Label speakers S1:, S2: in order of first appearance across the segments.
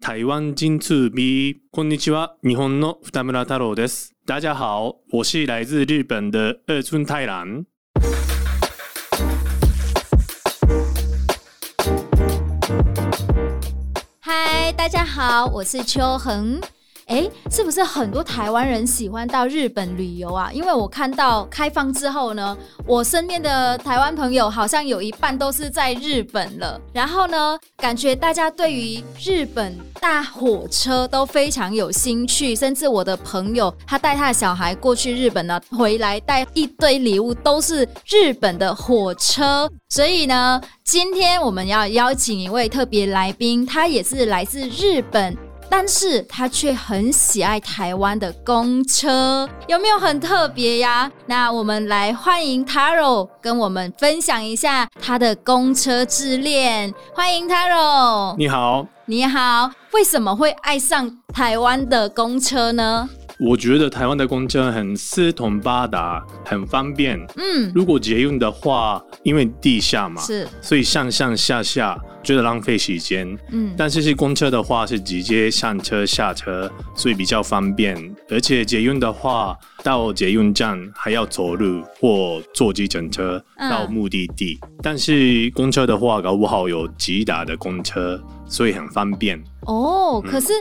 S1: 台湾金兔 B，こんにちは，日本の二村太郎です。大家好，我是来自日本的二村太郎。
S2: 嗨，大家好，我是秋恒。哎，是不是很多台湾人喜欢到日本旅游啊？因为我看到开放之后呢，我身边的台湾朋友好像有一半都是在日本了。然后呢，感觉大家对于日本大火车都非常有兴趣，甚至我的朋友他带他的小孩过去日本呢，回来带一堆礼物都是日本的火车。所以呢，今天我们要邀请一位特别来宾，他也是来自日本。但是他却很喜爱台湾的公车，有没有很特别呀？那我们来欢迎 Taro 跟我们分享一下他的公车之恋。欢迎 Taro，
S1: 你好，
S2: 你好，为什么会爱上台湾的公车呢？
S1: 我觉得台湾的公车很四通八达，很方便。
S2: 嗯，
S1: 如果捷运的话，因为地下嘛，
S2: 是，
S1: 所以上上下下觉得浪费时间。
S2: 嗯，
S1: 但是是公车的话是直接上车下车，所以比较方便。而且捷运的话，到捷运站还要走路或坐计程车
S2: 嗯
S1: 到目的地。但是公车的话，搞不好有直达的公车，所以很方便。
S2: 哦，
S1: 嗯
S2: 可是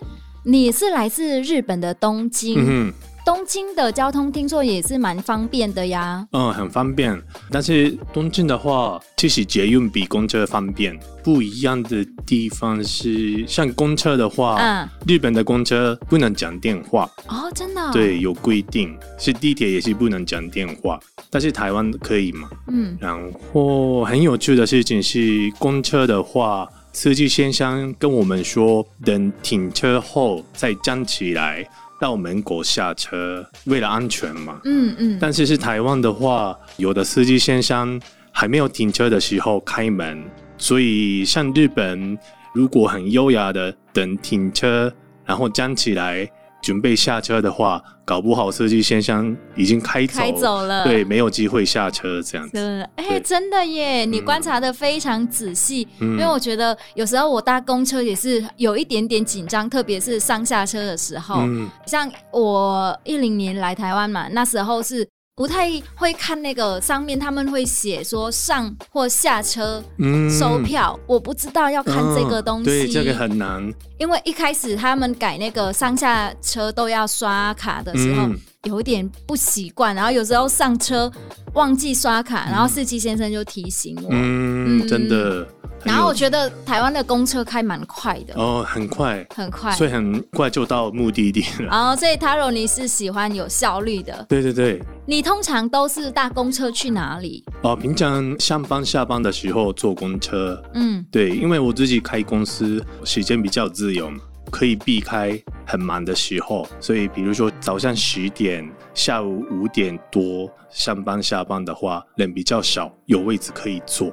S2: 你是来自日本的东京，
S1: 嗯哼，
S2: 东京的交通听说也是蛮方便的呀。
S1: 嗯，很方便。但是东京的话，其实捷运比公车方便。不一样的地方是，像公车的话，
S2: 嗯，
S1: 日本的公车不能讲电话。
S2: 哦，真的、哦，，
S1: 对，有规定，是地铁也是不能讲电话，但是台湾可以嘛？
S2: 嗯，
S1: 然后很有趣的事情是，公车的话，司机先生跟我们说，等停车后再站起来到门口下车，为了安全嘛。
S2: 嗯嗯，
S1: 但是是台湾的话，有的司机先生还没有停车的时候开门，所以像日本，如果很优雅的等停车，然后站起来准备下车的话，搞不好司机先生已经开走，
S2: 开走了，
S1: 对，没有机会下车这样子。
S2: 对，哎、
S1: 对
S2: 真的耶！你
S1: 嗯
S2: 观察的非常仔细，
S1: 嗯
S2: 因为我觉得有时候我搭公车也是有一点点紧张，特别是上下车的时候。
S1: 嗯
S2: 像我一零年来台湾嘛，那时候是不太会看那个上面他们会写说上或下车
S1: 嗯哦
S2: 收票，我不知道要看这个东西。
S1: 对，这个很难。
S2: 因为一开始他们改那个上下车都要刷卡的时候，
S1: 嗯
S2: 有一点不习惯，然后有时候上车忘记刷卡，然后司机先生就提醒我。
S1: 嗯，
S2: 嗯
S1: 真的。很
S2: 然后
S1: 有
S2: 我觉得台湾的公车开蛮快的，
S1: 哦，很快，
S2: 很快。啊
S1: 所以很快就到目的地了。
S2: 然后，所以 Taro 你是喜欢有效率的。
S1: 对对对，
S2: 你通常都是搭公车去哪里？
S1: 哦，平常上班下班的时候坐公车，
S2: 嗯
S1: 对，因为我自己开公司，时间比较自由嘛，可以避开很忙的时候，所以比如说早上十点，下午五点多上班下班的话，人比较少，有位置可以坐。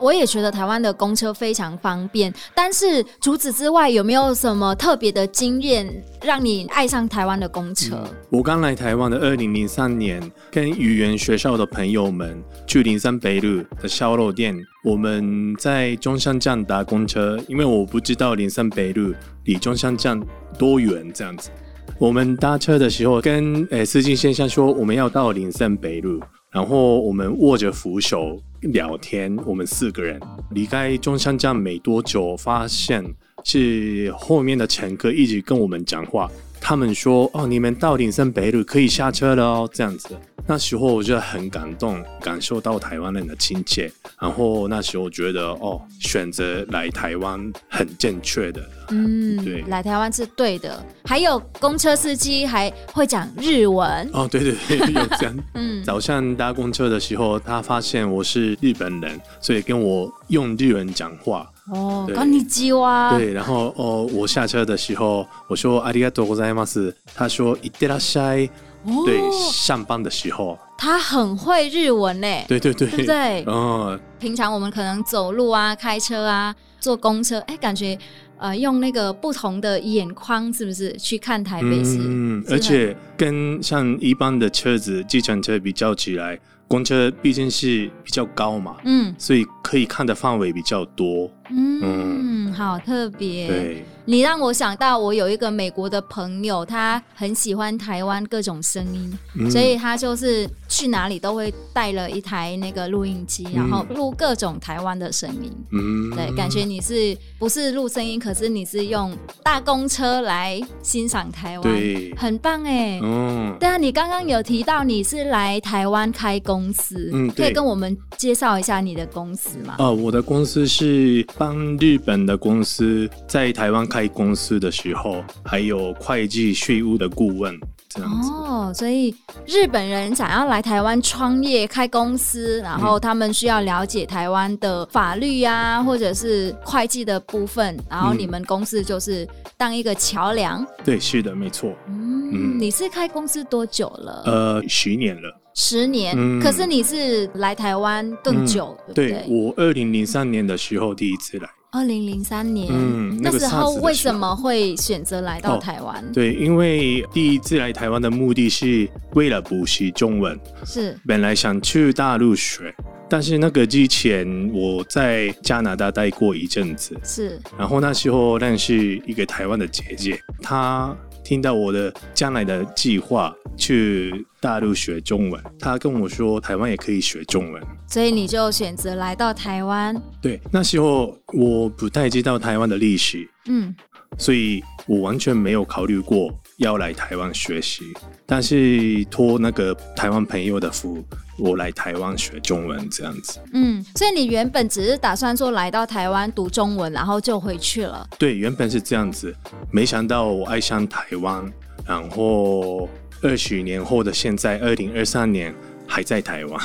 S2: 我也觉得台湾的公车非常方便。但是除此之外，有没有什么特别的经验让你爱上台湾的公车？
S1: 我刚来台湾的二零零三年，跟语言学校的朋友们去林森北路的烧肉店，我们在中山站搭公车，因为我不知道林森北路离中山站多远，这样子。我们搭车的时候跟呃司机先生说我们要到林森北路，然后我们握着扶手聊天，我们四个人离开中山站没多久，发现是后面的乘客一直跟我们讲话，他们说哦你们到林森北路可以下车了哦，这样子。那时候我就很感动，感受到台湾人的亲切。然后那时候觉得哦，选择来台湾很正确的。对
S2: 嗯，来台湾是对的。还有公车司机还会讲日文，
S1: 哦，对对对，有这样。
S2: 嗯，
S1: 早上搭公车的时候，他发现我是日本人，所以跟我用日文讲话。
S2: 哦，
S1: 对
S2: こんにちは。
S1: 对，然后哦，我下车的时候我说ありがとうございます，他说いってらっしゃい。
S2: 哦
S1: 对，上班的时候，
S2: 他很会日文呢，
S1: 对对对，
S2: 对不对？
S1: 嗯，
S2: 平常我们可能走路啊、开车啊、坐公车，哎，感觉呃用那个不同的眼框，是不是去看台北市？
S1: 嗯，
S2: 是
S1: 而
S2: 很
S1: 且跟像一般的车子、计程车比较起来，公车毕竟是比较高嘛，
S2: 嗯
S1: 所以可以看的范围比较多。
S2: 嗯好特别。
S1: 对，
S2: 你让我想到我有一个美国的朋友，他很喜欢台湾各种声音，
S1: 嗯
S2: 所以他就是去哪里都会带了一台那个录音机，然后录各种台湾的声音。
S1: 嗯
S2: 对，感觉你是不是录声音，可是你是用大公车来欣赏台湾，
S1: 对，
S2: 很棒哎、
S1: 嗯，
S2: 对啊，你刚刚有提到你是来台湾开公司，
S1: 嗯
S2: 可以
S1: 对
S2: 跟我们介绍一下你的公司吗？
S1: 哦，我的公司是帮日本的公司在台湾开公司的时候，还有会计税务的顾问这样子。
S2: 哦，所以日本人想要来台湾创业开公司，然
S1: 嗯
S2: 后他们需要了解台湾的法律啊，或者是会计的部分，然后
S1: 嗯
S2: 你们公司就是当一个桥梁。
S1: 对，是的，没错。
S2: 嗯，
S1: 嗯
S2: 你是开公司多久了？
S1: 呃，十年了。
S2: 十年。
S1: 嗯
S2: 可是你是来台湾更久，对
S1: 对
S2: 不对？
S1: 我二零零三年的时候第一次来。
S2: 二零零三年，
S1: 嗯
S2: 那
S1: 那个
S2: 时候
S1: SARS 的
S2: 为
S1: 时
S2: 什
S1: 候
S2: 么会选择来到
S1: 哦
S2: 台湾？
S1: 对，因为第一次来台湾的目的是为了补习中文，
S2: 是
S1: 本来想去大陆学，但是那个之前我在加拿大待过一阵子，
S2: 是，
S1: 然后那时候认识一个台湾的姐姐，她听到我的将来的计划去大陆学中文，她跟我说台湾也可以学中文。
S2: 所以你就选择来到台湾。
S1: 对，那时候我不太知道台湾的历史，
S2: 嗯，
S1: 所以我完全没有考虑过要来台湾学习。但是托那个台湾朋友的福，我来台湾学中文这样子。
S2: 嗯，所以你原本只是打算说来到台湾读中文，然后就回去了。
S1: 对，原本是这样子，没想到我爱上台湾，然后二十年后的现在，二零二三年还在台湾。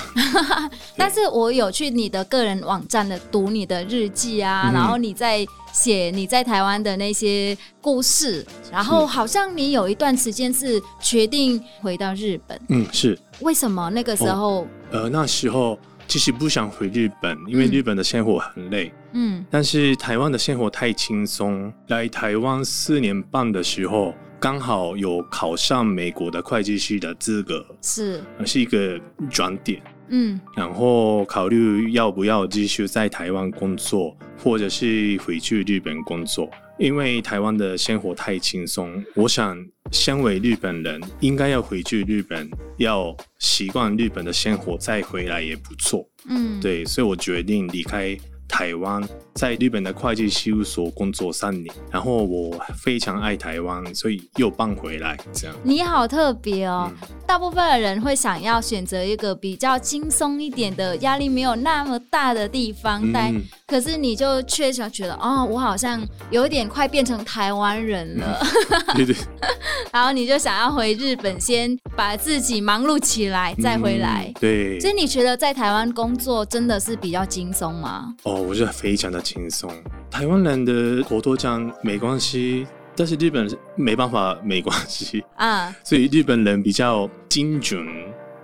S2: 但是我有去你的个人网站的读你的日记啊，
S1: 嗯
S2: 然后你在写你在台湾的那些故事，然后好像你有一段时间是决定回到日本，
S1: 嗯，是，
S2: 为什么那个时候？
S1: 呃，那时候其实不想回日本，因为
S2: 嗯
S1: 日本的生活很累，
S2: 嗯
S1: 但是台湾的生活太轻松。来台湾四年半的时候，刚好有考上美国的会计师的资格，
S2: 是，
S1: 呃是一个转点。
S2: 嗯
S1: 然后考虑要不要继续在台湾工作，或者是回去日本工作，因为台湾的生活太轻松。我想，身为日本人，应该要回去日本，要习惯日本的生活，再回来也不错。
S2: 嗯，，
S1: 对，所以我决定离开台湾，在日本的会计事务所工作三年。然后我非常爱台湾，所以又搬回来，这样。
S2: 你好特别哦。
S1: 嗯
S2: 大部分的人会想要选择一个比较轻松一点的、压力没有那么大的地方待，
S1: 嗯
S2: 可是你就却想觉得，哦，我好像有点快变成台湾人了，
S1: 对对，嗯
S2: 然后你就想要回日本，先把自己忙碌起来， 再回来
S1: 嗯。对，
S2: 所以你觉得在台湾工作真的是比较轻松吗？
S1: 哦，我觉得非常的轻松。台湾人的口头讲没关系，但是日本人没办法没关系，
S2: 啊，
S1: 所以日本人比较精准，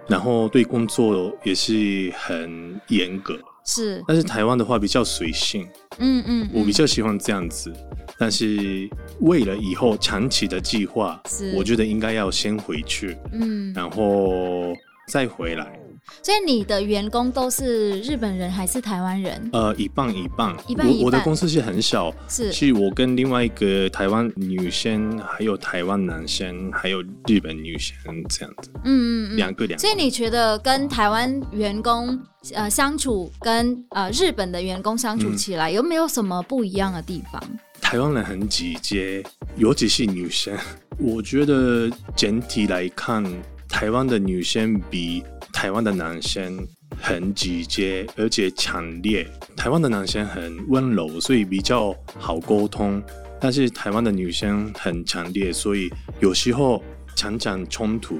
S1: 然后对工作也是很严格。
S2: 是，
S1: 但是台湾的话比较随性，
S2: 嗯嗯，
S1: 我比
S2: 嗯
S1: 较喜欢这样子。但是为了以后长期的计划
S2: 是，
S1: 我觉得应该要先回去，
S2: 嗯，
S1: 然后再回来。
S2: 所以你的员工都是日本人还是台湾人？
S1: 呃，一半一半。
S2: 一半一半
S1: 我我的公司是很小，
S2: 是
S1: 是我跟另外一个台湾女生，还有台湾男生，还有日本女生这样子，
S2: 嗯嗯嗯。
S1: 两个两个
S2: 所以你觉得跟台湾员工呃相处，跟呃日本的员工相处
S1: 嗯
S2: 起来，有没有什么不一样的地方？
S1: 台湾人很直接，尤其是女生。我觉得整体来看，台湾的女生比台湾的男生很直接，而且强烈。台湾的男生很温柔，所以比较好沟通。但是台湾的女生很强烈，所以有时候常常冲突。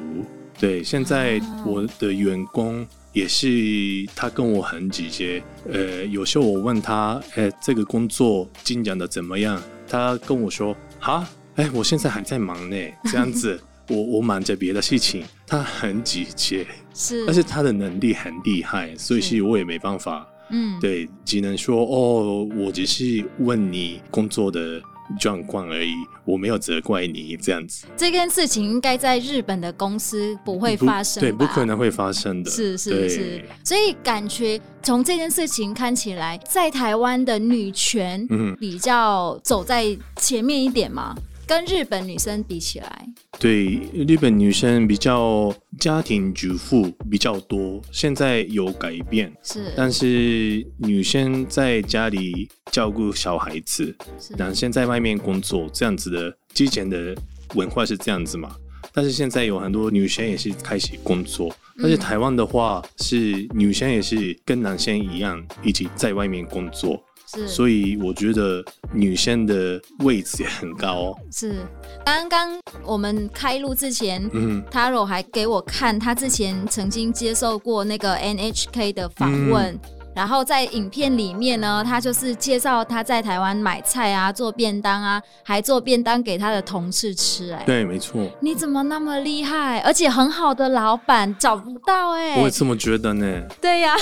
S1: 对，现在
S2: 啊
S1: 我的员工也是，他跟我很直接。呃，有时候我问他，呃，这个工作进展的怎么样？他跟我说，哈，哎，我现在还在忙呢，这样子，我我忙着别的事情。他很直接，
S2: 是，
S1: 但是他的能力很厉害，所以
S2: 是
S1: 是我也没办法。
S2: 嗯，
S1: 对，只能说哦，我只是问你工作的状况而已，我没有责怪你这样子，
S2: 这件事情应该在日本的公司不会
S1: 不
S2: 发生
S1: 对，不
S2: 吧
S1: 可能会发生的，
S2: 是是
S1: 对
S2: 是，所以感觉从这件事情看起来，在台湾的女权
S1: 嗯，
S2: 比较走在前面一点嘛，跟日本女生比起来，
S1: 对，日本女生比较家庭主妇比较多，现在有改变，
S2: 是
S1: 但是女生在家里照顾小孩子，
S2: 是
S1: 男生在外面工作，这样子的，之前的文化是这样子嘛。但是现在有很多女生也是开始工作，但是台湾的话是女生也是跟男生一样一起在外面工作，
S2: 是
S1: 所以我觉得女生的位置也很高。
S2: 是。刚刚我们开录之前。
S1: 嗯
S2: Taro 还给我看他之前曾经接受过那个 NHK 的访问，
S1: 嗯
S2: 然后在影片里面呢，他就是介绍他在台湾买菜啊、做便当啊，还做便当给他的同事吃、哎，
S1: 对，没错，
S2: 你怎么那么厉害？而且很好的老板找不到哎、
S1: 我也这么觉得呢。
S2: 对 呀、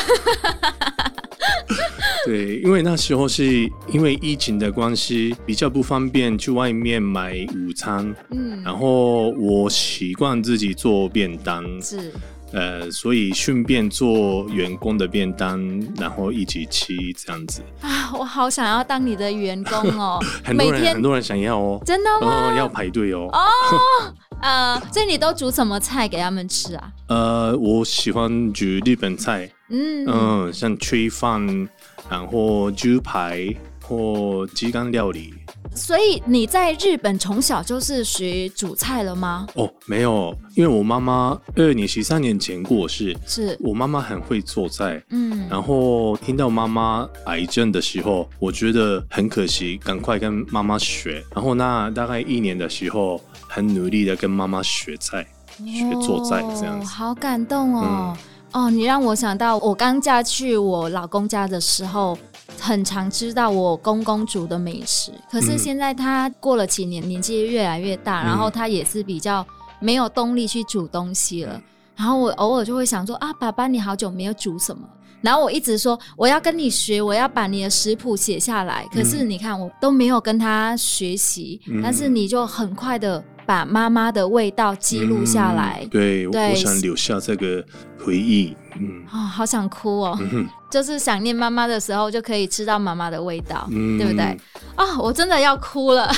S1: 对，因为那时候是因为疫情的关系，比较不方便去外面买午餐，
S2: 嗯，
S1: 然后我习惯自己做便当，
S2: 是
S1: 呃，所以顺便做员工的便当，然后一起吃这样子。，
S2: 啊，我好想要当你的员工哦
S1: 很
S2: 每
S1: 多人
S2: 天
S1: 很多人想要哦，
S2: 真的
S1: 然
S2: 吗？
S1: 后要排队哦。
S2: 呃，所以你都煮什么菜给他们吃啊？
S1: 呃，我喜欢煮日本菜，
S2: 嗯，
S1: 嗯，像炊饭，然后猪排或鸡肝料理。
S2: 所以你在日本从小就是学煮菜了吗？
S1: 哦，没有，因为我妈妈二年级、三年前过世，
S2: 是，
S1: 我妈妈很会做菜，
S2: 嗯，
S1: 然后听到妈妈癌症的时候，我觉得很可惜，赶快跟妈妈学。然后那大概一年的时候，很努力的跟妈妈学菜，学做菜这样
S2: 哦
S1: 子。嗯
S2: 好感动哦。哦，你让我想到我刚嫁去我老公家的时候，很常知道我公公煮的美食。可是
S1: 嗯
S2: 现在他过了几年，年纪越来越大，然后他也是比较没有动力去煮东西了。然后我偶尔就会想说啊，爸爸，你好久没有煮什么。然后我一直说我要跟你学，我要把你的食谱写下来。可是你看，我都没有跟他学习，
S1: 嗯
S2: 但是你就很快的把妈妈的味道记录下来。
S1: 嗯对，
S2: 对
S1: 我想留下这个回忆。嗯
S2: 哦，好想哭哦！
S1: 嗯哼
S2: 就是想念妈妈的时候，就可以吃到妈妈的味道，
S1: 嗯
S2: 对不对？啊、我真的要哭了。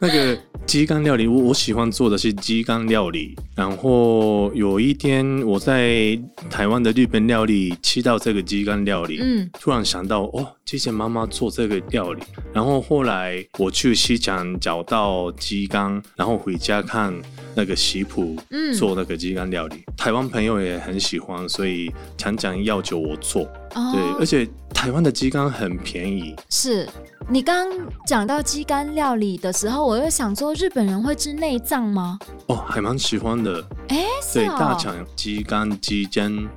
S1: 那个鸡肝料理，我我喜欢做的是鸡肝料理。然后有一天我在台湾的日本料理吃到这个鸡肝料理，
S2: 嗯，
S1: 突然想到，哦，之前妈妈做这个料理，然后后来我去西厂找到鸡肝，然后回家看那个食谱，
S2: 嗯
S1: 做那个鸡肝料理，台湾朋友也很喜欢，所以常常要求我做，对，而
S2: 哦，
S1: 且台湾的鸡肝很便宜，
S2: 是你刚讲到鸡肝料理的时候，我就想说，日本人会吃内脏吗？
S1: 哦，还蛮喜欢的，
S2: 哎，是
S1: 对，
S2: 哦
S1: 大肠、鸡肝、鸡胗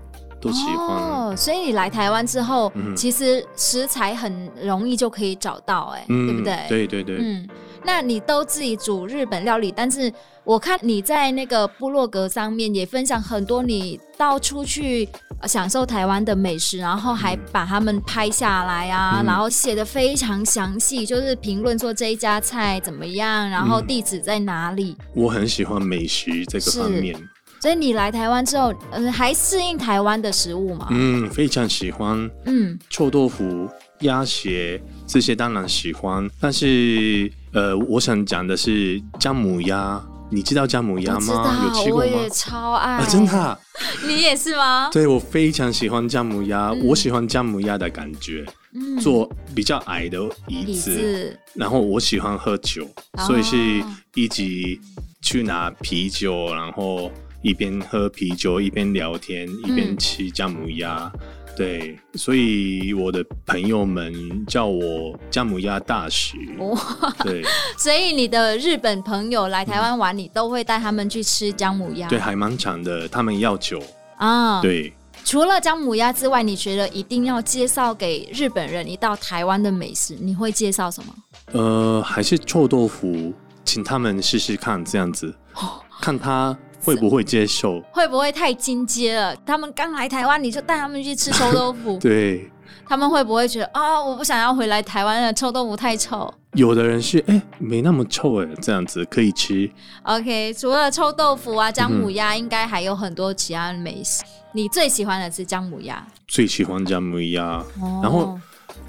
S1: 都喜欢，
S2: 哦，所以你来台湾之后，
S1: 嗯
S2: 其实食材很容易就可以找到、哎、
S1: 嗯，
S2: 对不对？
S1: 对对对，
S2: 嗯，那你都自己煮日本料理，但是我看你在那个部落格上面也分享很多你到处去呃享受台湾的美食，然后还把它们拍下来啊，
S1: 嗯
S2: 然后写的非常详细，就是评论说这一家菜怎么样，然后
S1: 嗯
S2: 地址在哪里。
S1: 我很喜欢美食这个
S2: 是
S1: 方面，
S2: 所以你来台湾之后，嗯、还适应台湾的食物嘛？
S1: 嗯，非常喜欢。
S2: 嗯，
S1: 臭豆腐、鸭血这些当然喜欢，但是呃，我想讲的是姜母鸭，你知道姜母鸭
S2: 我知
S1: 吗？有
S2: 道，
S1: 吃过
S2: 我
S1: 吗
S2: 也？超爱，
S1: 啊，真的啊、
S2: 你也是吗？
S1: 对我非常喜欢姜母鸭，
S2: 嗯
S1: 我喜欢姜母鸭的感觉，
S2: 嗯
S1: 做比较矮的椅
S2: 椅
S1: 子，
S2: 子，
S1: 然后我喜欢喝酒，
S2: 哦
S1: 所以是一起去拿啤酒，然后一边喝啤酒一边聊天，一边吃姜母鸭。对，所以我的朋友们叫我姜母鸭大使。
S2: 哦
S1: 对
S2: 所以你的日本朋友来台湾玩，你都会带他们去吃姜母鸭。
S1: 对，还蛮长的，他们要酒。
S2: 啊，
S1: 对，
S2: 除了姜母鸭之外，你觉得一定要介绍给日本人一道台湾的美食，你会介绍什么？
S1: 呃，还是臭豆腐，请他们试试看，这样子，
S2: 哦
S1: 看他会不会接受。
S2: 会不会太进阶了？他们刚来台湾，你就带他们去吃臭豆
S1: ，
S2: 腐
S1: 对，
S2: 他们会不会觉得啊、我不想要回来台湾了，臭豆腐太臭
S1: 有的人是哎、没那么臭哎，这样子可以吃。
S2: ？OK，除了臭豆腐啊，姜母
S1: 嗯
S2: 鸭、应该还有很多其他美食。你最喜欢的是姜母鸭，
S1: 最喜欢姜母鸭，
S2: 哦
S1: 然后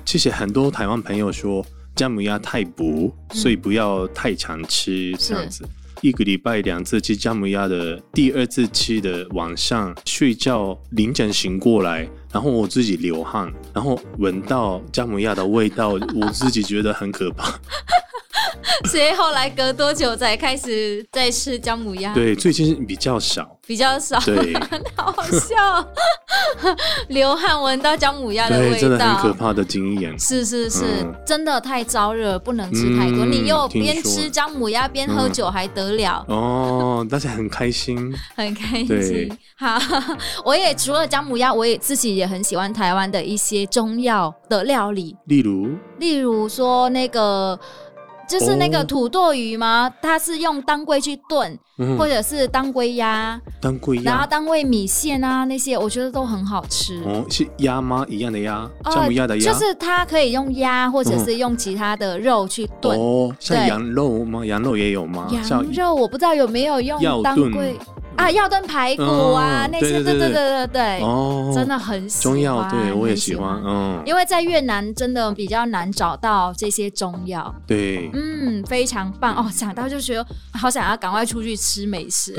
S1: 其实很多台湾朋友说姜母鸭太补，所以不要太常吃这样子。一个礼拜两次吃姜母鸭的，第二次吃的晚上睡觉凌晨醒过来，然后我自己流汗，然后闻到姜母鸭的味道，我自己觉得很可怕。
S2: 所以后来隔多久才开始再吃姜母鸭？
S1: 对，最近比较少。
S2: 比较少，
S1: 对
S2: 好好笑， 流汗闻到姜母鸭的味道，
S1: 对，真的很可怕的经验。
S2: 是是是，
S1: 嗯
S2: 真的太燥热，不能吃太多。
S1: 嗯
S2: 你又
S1: 听
S2: 边
S1: 说
S2: 吃姜母鸭边喝酒，还得了？
S1: 哦，但是很开心。
S2: 很开
S1: 对
S2: 心。 好，我也除了姜母鸭，我也自己也很喜欢台湾的一些中药的料理，
S1: 例如，
S2: 例如说那个。就是那个
S1: 哦
S2: 土豆鱼吗？它是用当归去炖，
S1: 嗯
S2: 或，者是当归鸭，
S1: 当归
S2: 然后
S1: 鸭，
S2: 当归米线啊那些，我觉得都很好吃。
S1: 哦，是鸭吗？一样的鸭，
S2: 呃
S1: 姜母鸭的鸭，
S2: 就是它可以用鸭或者
S1: 嗯
S2: 是用其他的肉去炖。
S1: 哦，像
S2: 对
S1: 羊肉吗？羊肉也有吗？
S2: 羊
S1: 像
S2: 肉我不知道有没有
S1: 药
S2: 用当
S1: 炖
S2: 归啊，药炖排骨啊、
S1: 嗯
S2: 那
S1: 对
S2: 些，
S1: 对
S2: 对
S1: 对
S2: 对对对，
S1: 哦，
S2: 真的很喜欢。
S1: 中药，对我也
S2: 很
S1: 喜
S2: 喜
S1: 欢，嗯，
S2: 因为在越南真的比较难找到这些中药，
S1: 对，
S2: 嗯，非常棒哦！想到就觉得好想要赶快出去吃美食。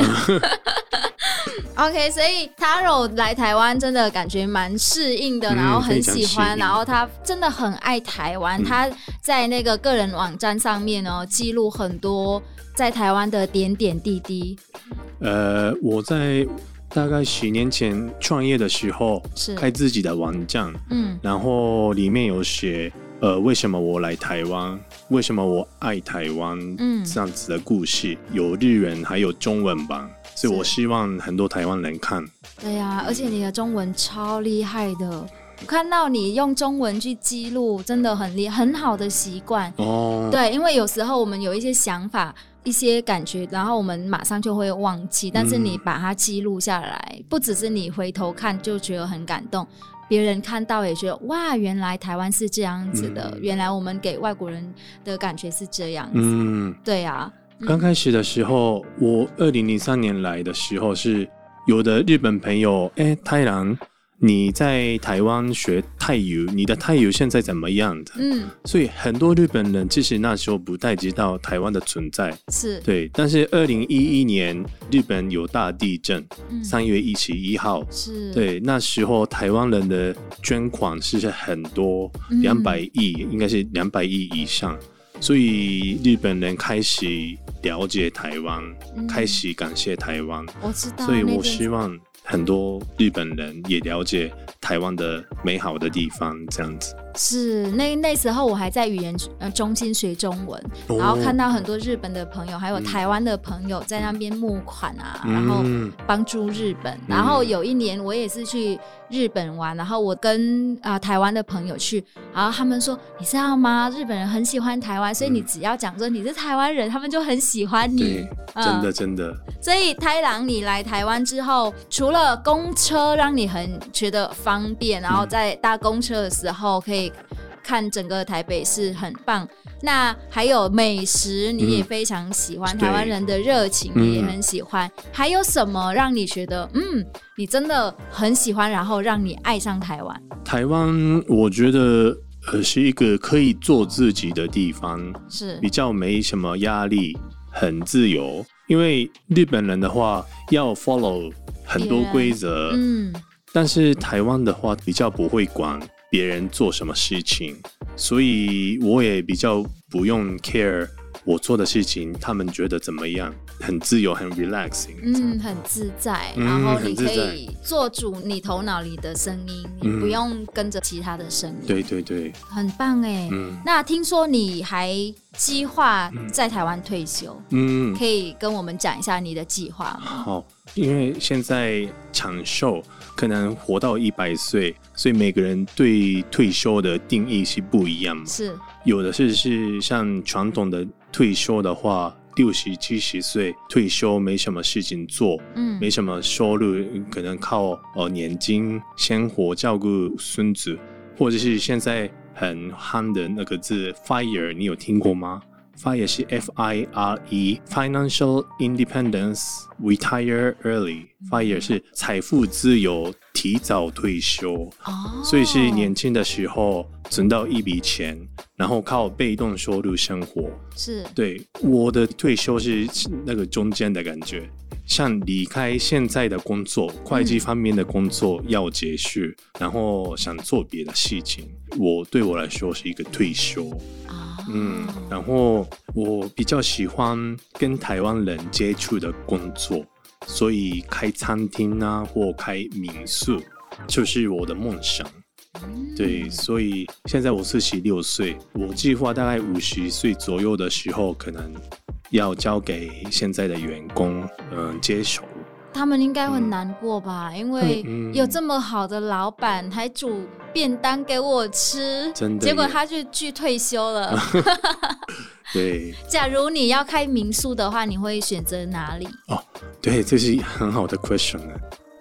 S2: OK，所以 Taro 来台湾真的感觉蛮适应的，
S1: 嗯
S2: 然后很喜
S1: 非常适
S2: 欢，
S1: 应嗯
S2: 然后他真的很爱台湾。他在那个个人网站上面呢，记录很多在台湾的点点滴滴。
S1: 呃，我在大概十年前创业的时候，
S2: 是
S1: 开自己的网站，
S2: 嗯
S1: 然后里面有写，呃，为什么我来台湾，为什么我爱台湾，
S2: 嗯
S1: 这样子的故事，有日文还有中文版，所以
S2: 是
S1: 我希望很多台湾人看，
S2: 对呀、而且你的中文超厉害的，我看到你用中文去记录，真的很厉，很好的习惯。
S1: 哦，
S2: 对，因为有时候我们有一些想法、一些感觉，然后我们马上就会忘记，但是你把它记录下来，不只是你回头看就觉得很感动。别人看到也觉得哇，原来台湾是这样子的，
S1: 嗯
S2: 原来我们给外国人的感觉是这样子。
S1: 嗯。
S2: 对啊，嗯
S1: 刚开始的时候，我二零零三年来的时候是有的日本朋友，哎，泰然，你在台湾学泰语，你的泰语现在怎么样的？
S2: 嗯，
S1: 所以很多日本人其实那时候不太知道台湾的存在，
S2: 是，
S1: 对。但是二零一一年日本有大地震，
S2: 嗯，
S1: 三月一十一号。
S2: 是，，
S1: 对，那时候台湾人的捐款是很多
S2: 嗯，
S1: 两百亿，应该是两百亿以上，所以日本人开始了解台湾，
S2: 嗯
S1: 开始感谢台湾，
S2: 我知道。
S1: 所以
S2: 那
S1: 我
S2: 件
S1: 希望很多日本人也了解台湾的美好的地方，这样子。
S2: 是那那时候我还在语言呃中心学中文，
S1: 哦
S2: 然后看到很多日本的朋友，还有台湾的朋友在那边募款啊，然后
S1: 嗯
S2: 帮助日本。然后有一年我也是去日本玩，然后我跟啊、呃台湾的朋友去，然后他们说你知道吗？日本人很喜欢台湾，所以你只要讲说你是台湾人，他们就很喜欢你
S1: 嗯对。，真的
S2: 嗯
S1: 真的，
S2: 所以太郎，你来台湾之后，除了公车让你很觉得方便，然后在搭公车的时候可以看整个台北市，很棒。那还有美食，你也非常喜欢，
S1: 嗯
S2: 台湾人的热情
S1: 对
S2: 你也很喜欢。还有什么让你觉得，嗯，你真的很喜欢，然后让你爱上台湾？
S1: 台湾我觉得呃是一个可以做自己的地方，
S2: 是
S1: 比较没什么压力，很自由。因为日本人的话要 follow 很多规则，
S2: 嗯，
S1: 但是台湾的话比较不会管别人做什么事情，所以我也比较不用 care 我做的事情，他们觉得怎么样，很自由，很 relaxing。
S2: 嗯，很自在，
S1: 嗯
S2: 然后你
S1: 很自
S2: 可
S1: 在
S2: 以做主你头脑里的声音，你
S1: 嗯
S2: 不用跟着其他的声音。
S1: 对对对，
S2: 很棒哎、
S1: 嗯
S2: 那听说你还计划在台湾退休，
S1: 嗯，
S2: 可以跟我们讲一下你的计划吗？
S1: 好，因为现在长寿可能活到一百岁，所以每个人对退休的定义是不一样嘛。
S2: 是，
S1: 有的是是像传统的退休的话，六十七十岁退休没什么事情做，
S2: 嗯
S1: 没什么收入，可能靠呃年金生活，照顾孙子。或者是现在很夯的那个字 fire，你有听过吗？fire 是 F I R E，financial independence retire early，fire 是财富自由，提早退休。
S2: 哦，
S1: 所以是年轻的时候存到一笔钱，然后靠被动收入生活。
S2: 是
S1: 对，我的退休是那个中间的感觉，像离开现在的工作，会计方面的工作要结束，然后想做别的事情。我对我来说是一个退休，
S2: 啊，
S1: 嗯，然后我比较喜欢跟台湾人接触的工作，所以开餐厅啊或开民宿，就是我的梦想。
S2: 嗯
S1: 对，所以现在我四十六岁，我计划大概五十岁左右的时候，可能要交给现在的员工，嗯，接手。
S2: 他们应该很难过吧？因为
S1: 嗯嗯嗯
S2: 有这么好的老板，还煮便当给我吃，
S1: 真的
S2: 结果
S1: 耶
S2: 他就去退 休了。
S1: 对，
S2: 假如你要开民宿的话，你会选择哪里？
S1: 对，这是很好的 question 呢。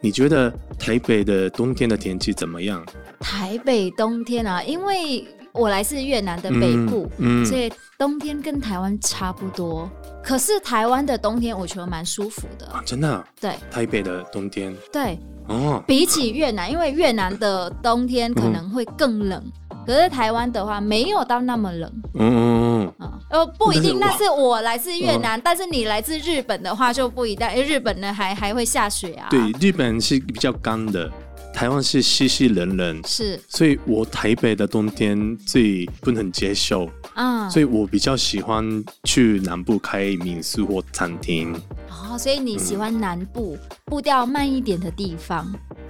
S1: 你觉得台北的冬天的天气怎么样？
S2: 台北冬天啊，因为我来自越南的北部，
S1: 嗯，
S2: 所
S1: 嗯，
S2: 以冬天跟台湾差不多。可是台湾的冬天我觉得蛮舒服的，
S1: 啊，真的啊、
S2: 对
S1: 台北的冬天
S2: 对，
S1: 哦，
S2: 比起越南，因为越南的冬天可能会更冷，可是台湾的话没有到那么冷。
S1: 嗯嗯嗯
S2: 啊，呃，不一定，
S1: 但
S2: 那
S1: 是
S2: 是我来自越
S1: 哦
S2: 南，但是你来自日本的话就不一定，因为日本呢还还会下雪啊。
S1: 嗯，，对，日本是比较干的，台湾是湿湿冷冷，
S2: 是
S1: 所以我台北的冬天最不能接受。
S2: 啊，
S1: 所以我比较喜欢去南部开民宿或餐厅。
S2: 哦，所以你喜
S1: 嗯
S2: 欢南部、步调慢一点的地方，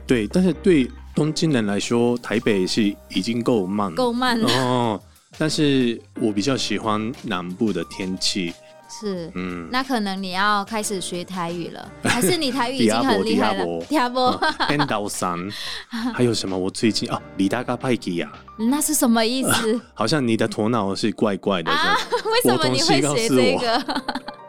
S1: 对，但是对东京人来说，台北是已经够慢了
S2: 够慢了，
S1: 哦。但是我比较喜欢南部的天 气，
S2: 是。
S1: 嗯，
S2: 那可能你要开始学台语 了，还是你台语已
S1: 迪亚
S2: 经
S1: 波
S2: 很厉害了？
S1: 迪
S2: 第二波，
S1: 跟岛山，还有什么？我最近啊，李大嘎派基呀，
S2: 那是什么意 思
S1: 好像你的头脑是怪怪的，
S2: 啊？为什么你会学这
S1: 我同事
S2: 个？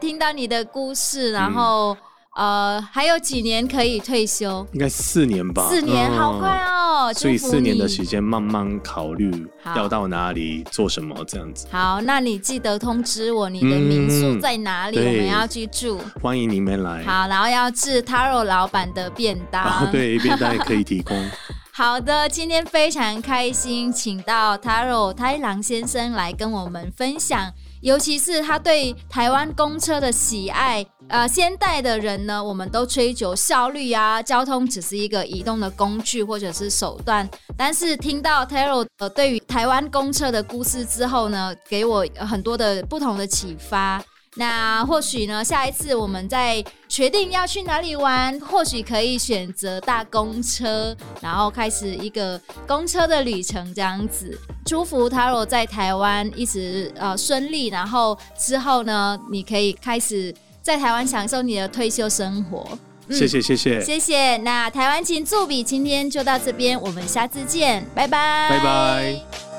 S2: 听到你的故事，然后、
S1: 嗯
S2: 呃，还有几年可以退休？
S1: 应该四年吧？
S2: 四年，
S1: 嗯
S2: 好快哦！
S1: 所以
S2: 祝福
S1: 四年
S2: 你
S1: 的时间慢慢考虑
S2: 好
S1: 要到哪里做什么这样子。
S2: 好，那你记得通知我你的民宿在哪里，
S1: 嗯
S2: 我
S1: 对
S2: 们要去住。
S1: 欢迎你们来。
S2: 好，然后要吃 Taro 老板的便当。
S1: 啊，对，便当也可以提供。
S2: 好的，今天非常开心，请到 Taro 太郎先生来跟我们分享，尤其是他对台湾公车的喜爱。呃，现代的人呢，我们都追求效率啊，交通只是一个移动的工具或者是手段。但是听到 Taro 呃对于台湾公车的故事之后呢，给我呃很多的不同的启发。那或许呢，下一次我们再决定要去哪里玩，或许可以选择大公车，然后开始一个公车的旅程这样子。祝福 Taro 在台湾一直呃顺利，然后之后呢，你可以开始在台湾享受你的退休生活。嗯
S1: 谢谢，谢谢，
S2: 谢谢。那台湾情助笔今天就到这边，我们下次见，拜拜，
S1: 拜拜。